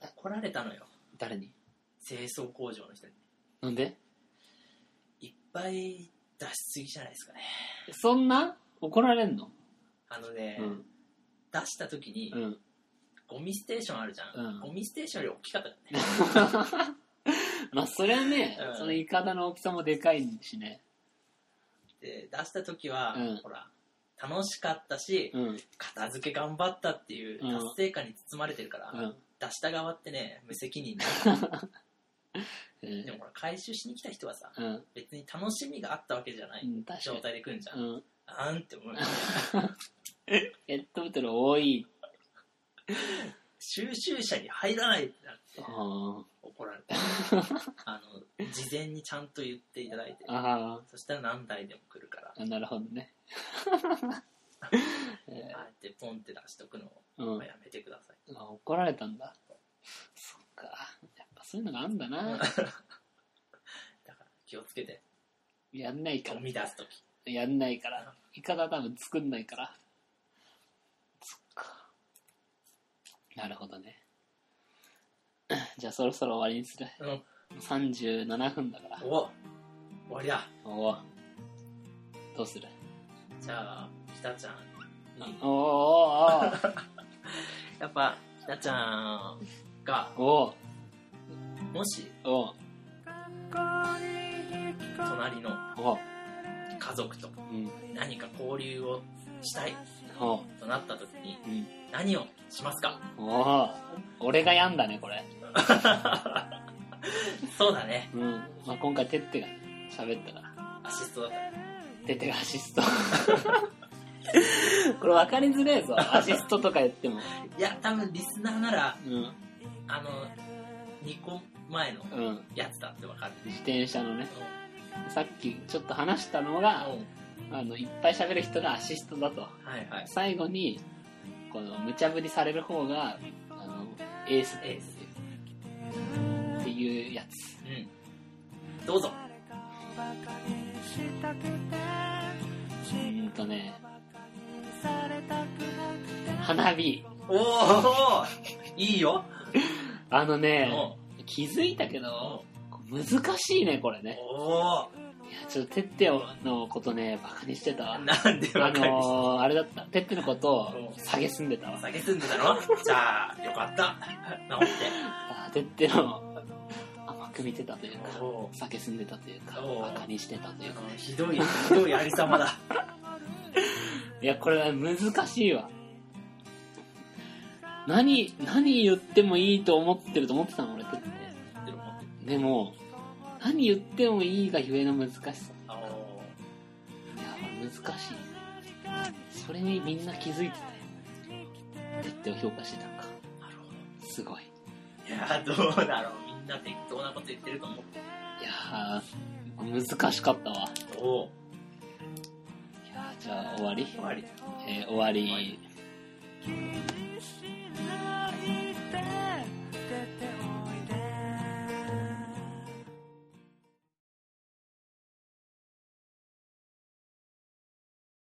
S2: 怒られたのよ。
S1: 誰に
S2: 清掃工場の人に。
S1: なんで
S2: いっぱい出しすぎじゃないですかね。
S1: そんな怒られんの、
S2: あのね、
S1: うん。
S2: 出した時に、
S1: うん。
S2: ゴミステーションあるじゃん、
S1: うん
S2: ゴミステーションより大きかったからね
S1: まあ、それはね、
S2: うん
S1: そのイカダの大きさもでかいしね。
S2: で出した時は、
S1: うん
S2: ほら楽しかったし、
S1: うん。うん。
S2: 片付け頑張ったっていう
S1: うん
S2: 達成感に包まれてるから、出した側ってね無責任だよ
S1: う
S2: で
S1: ん。
S2: もほら回収しに来た人はさ
S1: うん。
S2: 別に楽しみがあったわけじゃない、
S1: うん、確か
S2: 状
S1: に。
S2: 態で来るんじゃん、
S1: うん。
S2: あんって思う
S1: ペットボトル多い。
S2: 収集車に入らないってなって
S1: あ
S2: 怒られ たあの事前にちゃんと言っていただいて
S1: あ。あ
S2: そしたら何台でも来るから
S1: あ。なるほどね。
S2: ああえてポンって出しとくのを
S1: うん
S2: や。めてください、
S1: あ怒られたんだそっかやっぱそういうのがあんだな
S2: だから気をつけて
S1: やんないか
S2: ゴ
S1: ら
S2: ミ出す時
S1: やんないからイカダ多分作んないからそっかなるほどね じゃあそろそろ終わりにする
S2: うん
S1: 37分だから
S2: お終わりだ
S1: おおどうする
S2: じゃあひたちゃんに
S1: おお
S2: やっぱひたちゃんが
S1: おお お
S2: もし
S1: おおお
S2: 隣の
S1: お
S2: 家族と
S1: うん
S2: 何か交流をしたい
S1: おう
S2: となった時に
S1: うん
S2: 何をしますか
S1: おお俺がやんだねこれ
S2: そうだね
S1: うんまあ今回てってがね喋ったから
S2: アシストだった
S1: 出てるアシ ストこれ分かりづれえぞアシストとか言っても
S2: いや多分リスナーなら
S1: うん
S2: あの2個前の
S1: うん
S2: やつだってわかる
S1: 自転車のねさっきちょっと話したのがあのいっぱい喋る人がアシストだと
S2: はいはい
S1: 最後にこの無茶ぶりされる方があのエース
S2: エー
S1: です
S2: ス
S1: っていうやつ
S2: うんどうぞ
S1: うーんとね花火
S2: おおいいよ
S1: あのね
S2: お
S1: 気づいたけど難しいねこれね
S2: お
S1: いやちょっとてってのことねバカにしてたわ
S2: なんで
S1: あ
S2: わかるし
S1: のー、あれだった。ペットのことを下げすんでたわ。
S2: 酒住んでたのじゃあよかった治って
S1: あーペッテの甘く見てたというか、
S2: お
S1: 下げすんでたというか、
S2: おー
S1: 馬鹿にしてたというか。
S2: ひどいひどいありさまだ
S1: いや、これは難しいわ。何、何言ってもいいと思ってると思ってたの、俺、ペッテ。でも、何言ってもいいがゆえの難しさ。
S2: あの
S1: いや、難しいそれにみんな気づいてて徹底を評価してたんか
S2: なるほど
S1: すごい
S2: いやーどうだろうみんな適当なこと言ってると思う
S1: いやー難しかったわ
S2: おお
S1: いやーじゃあ終わり
S2: 終わり
S1: えー終わり、
S2: はい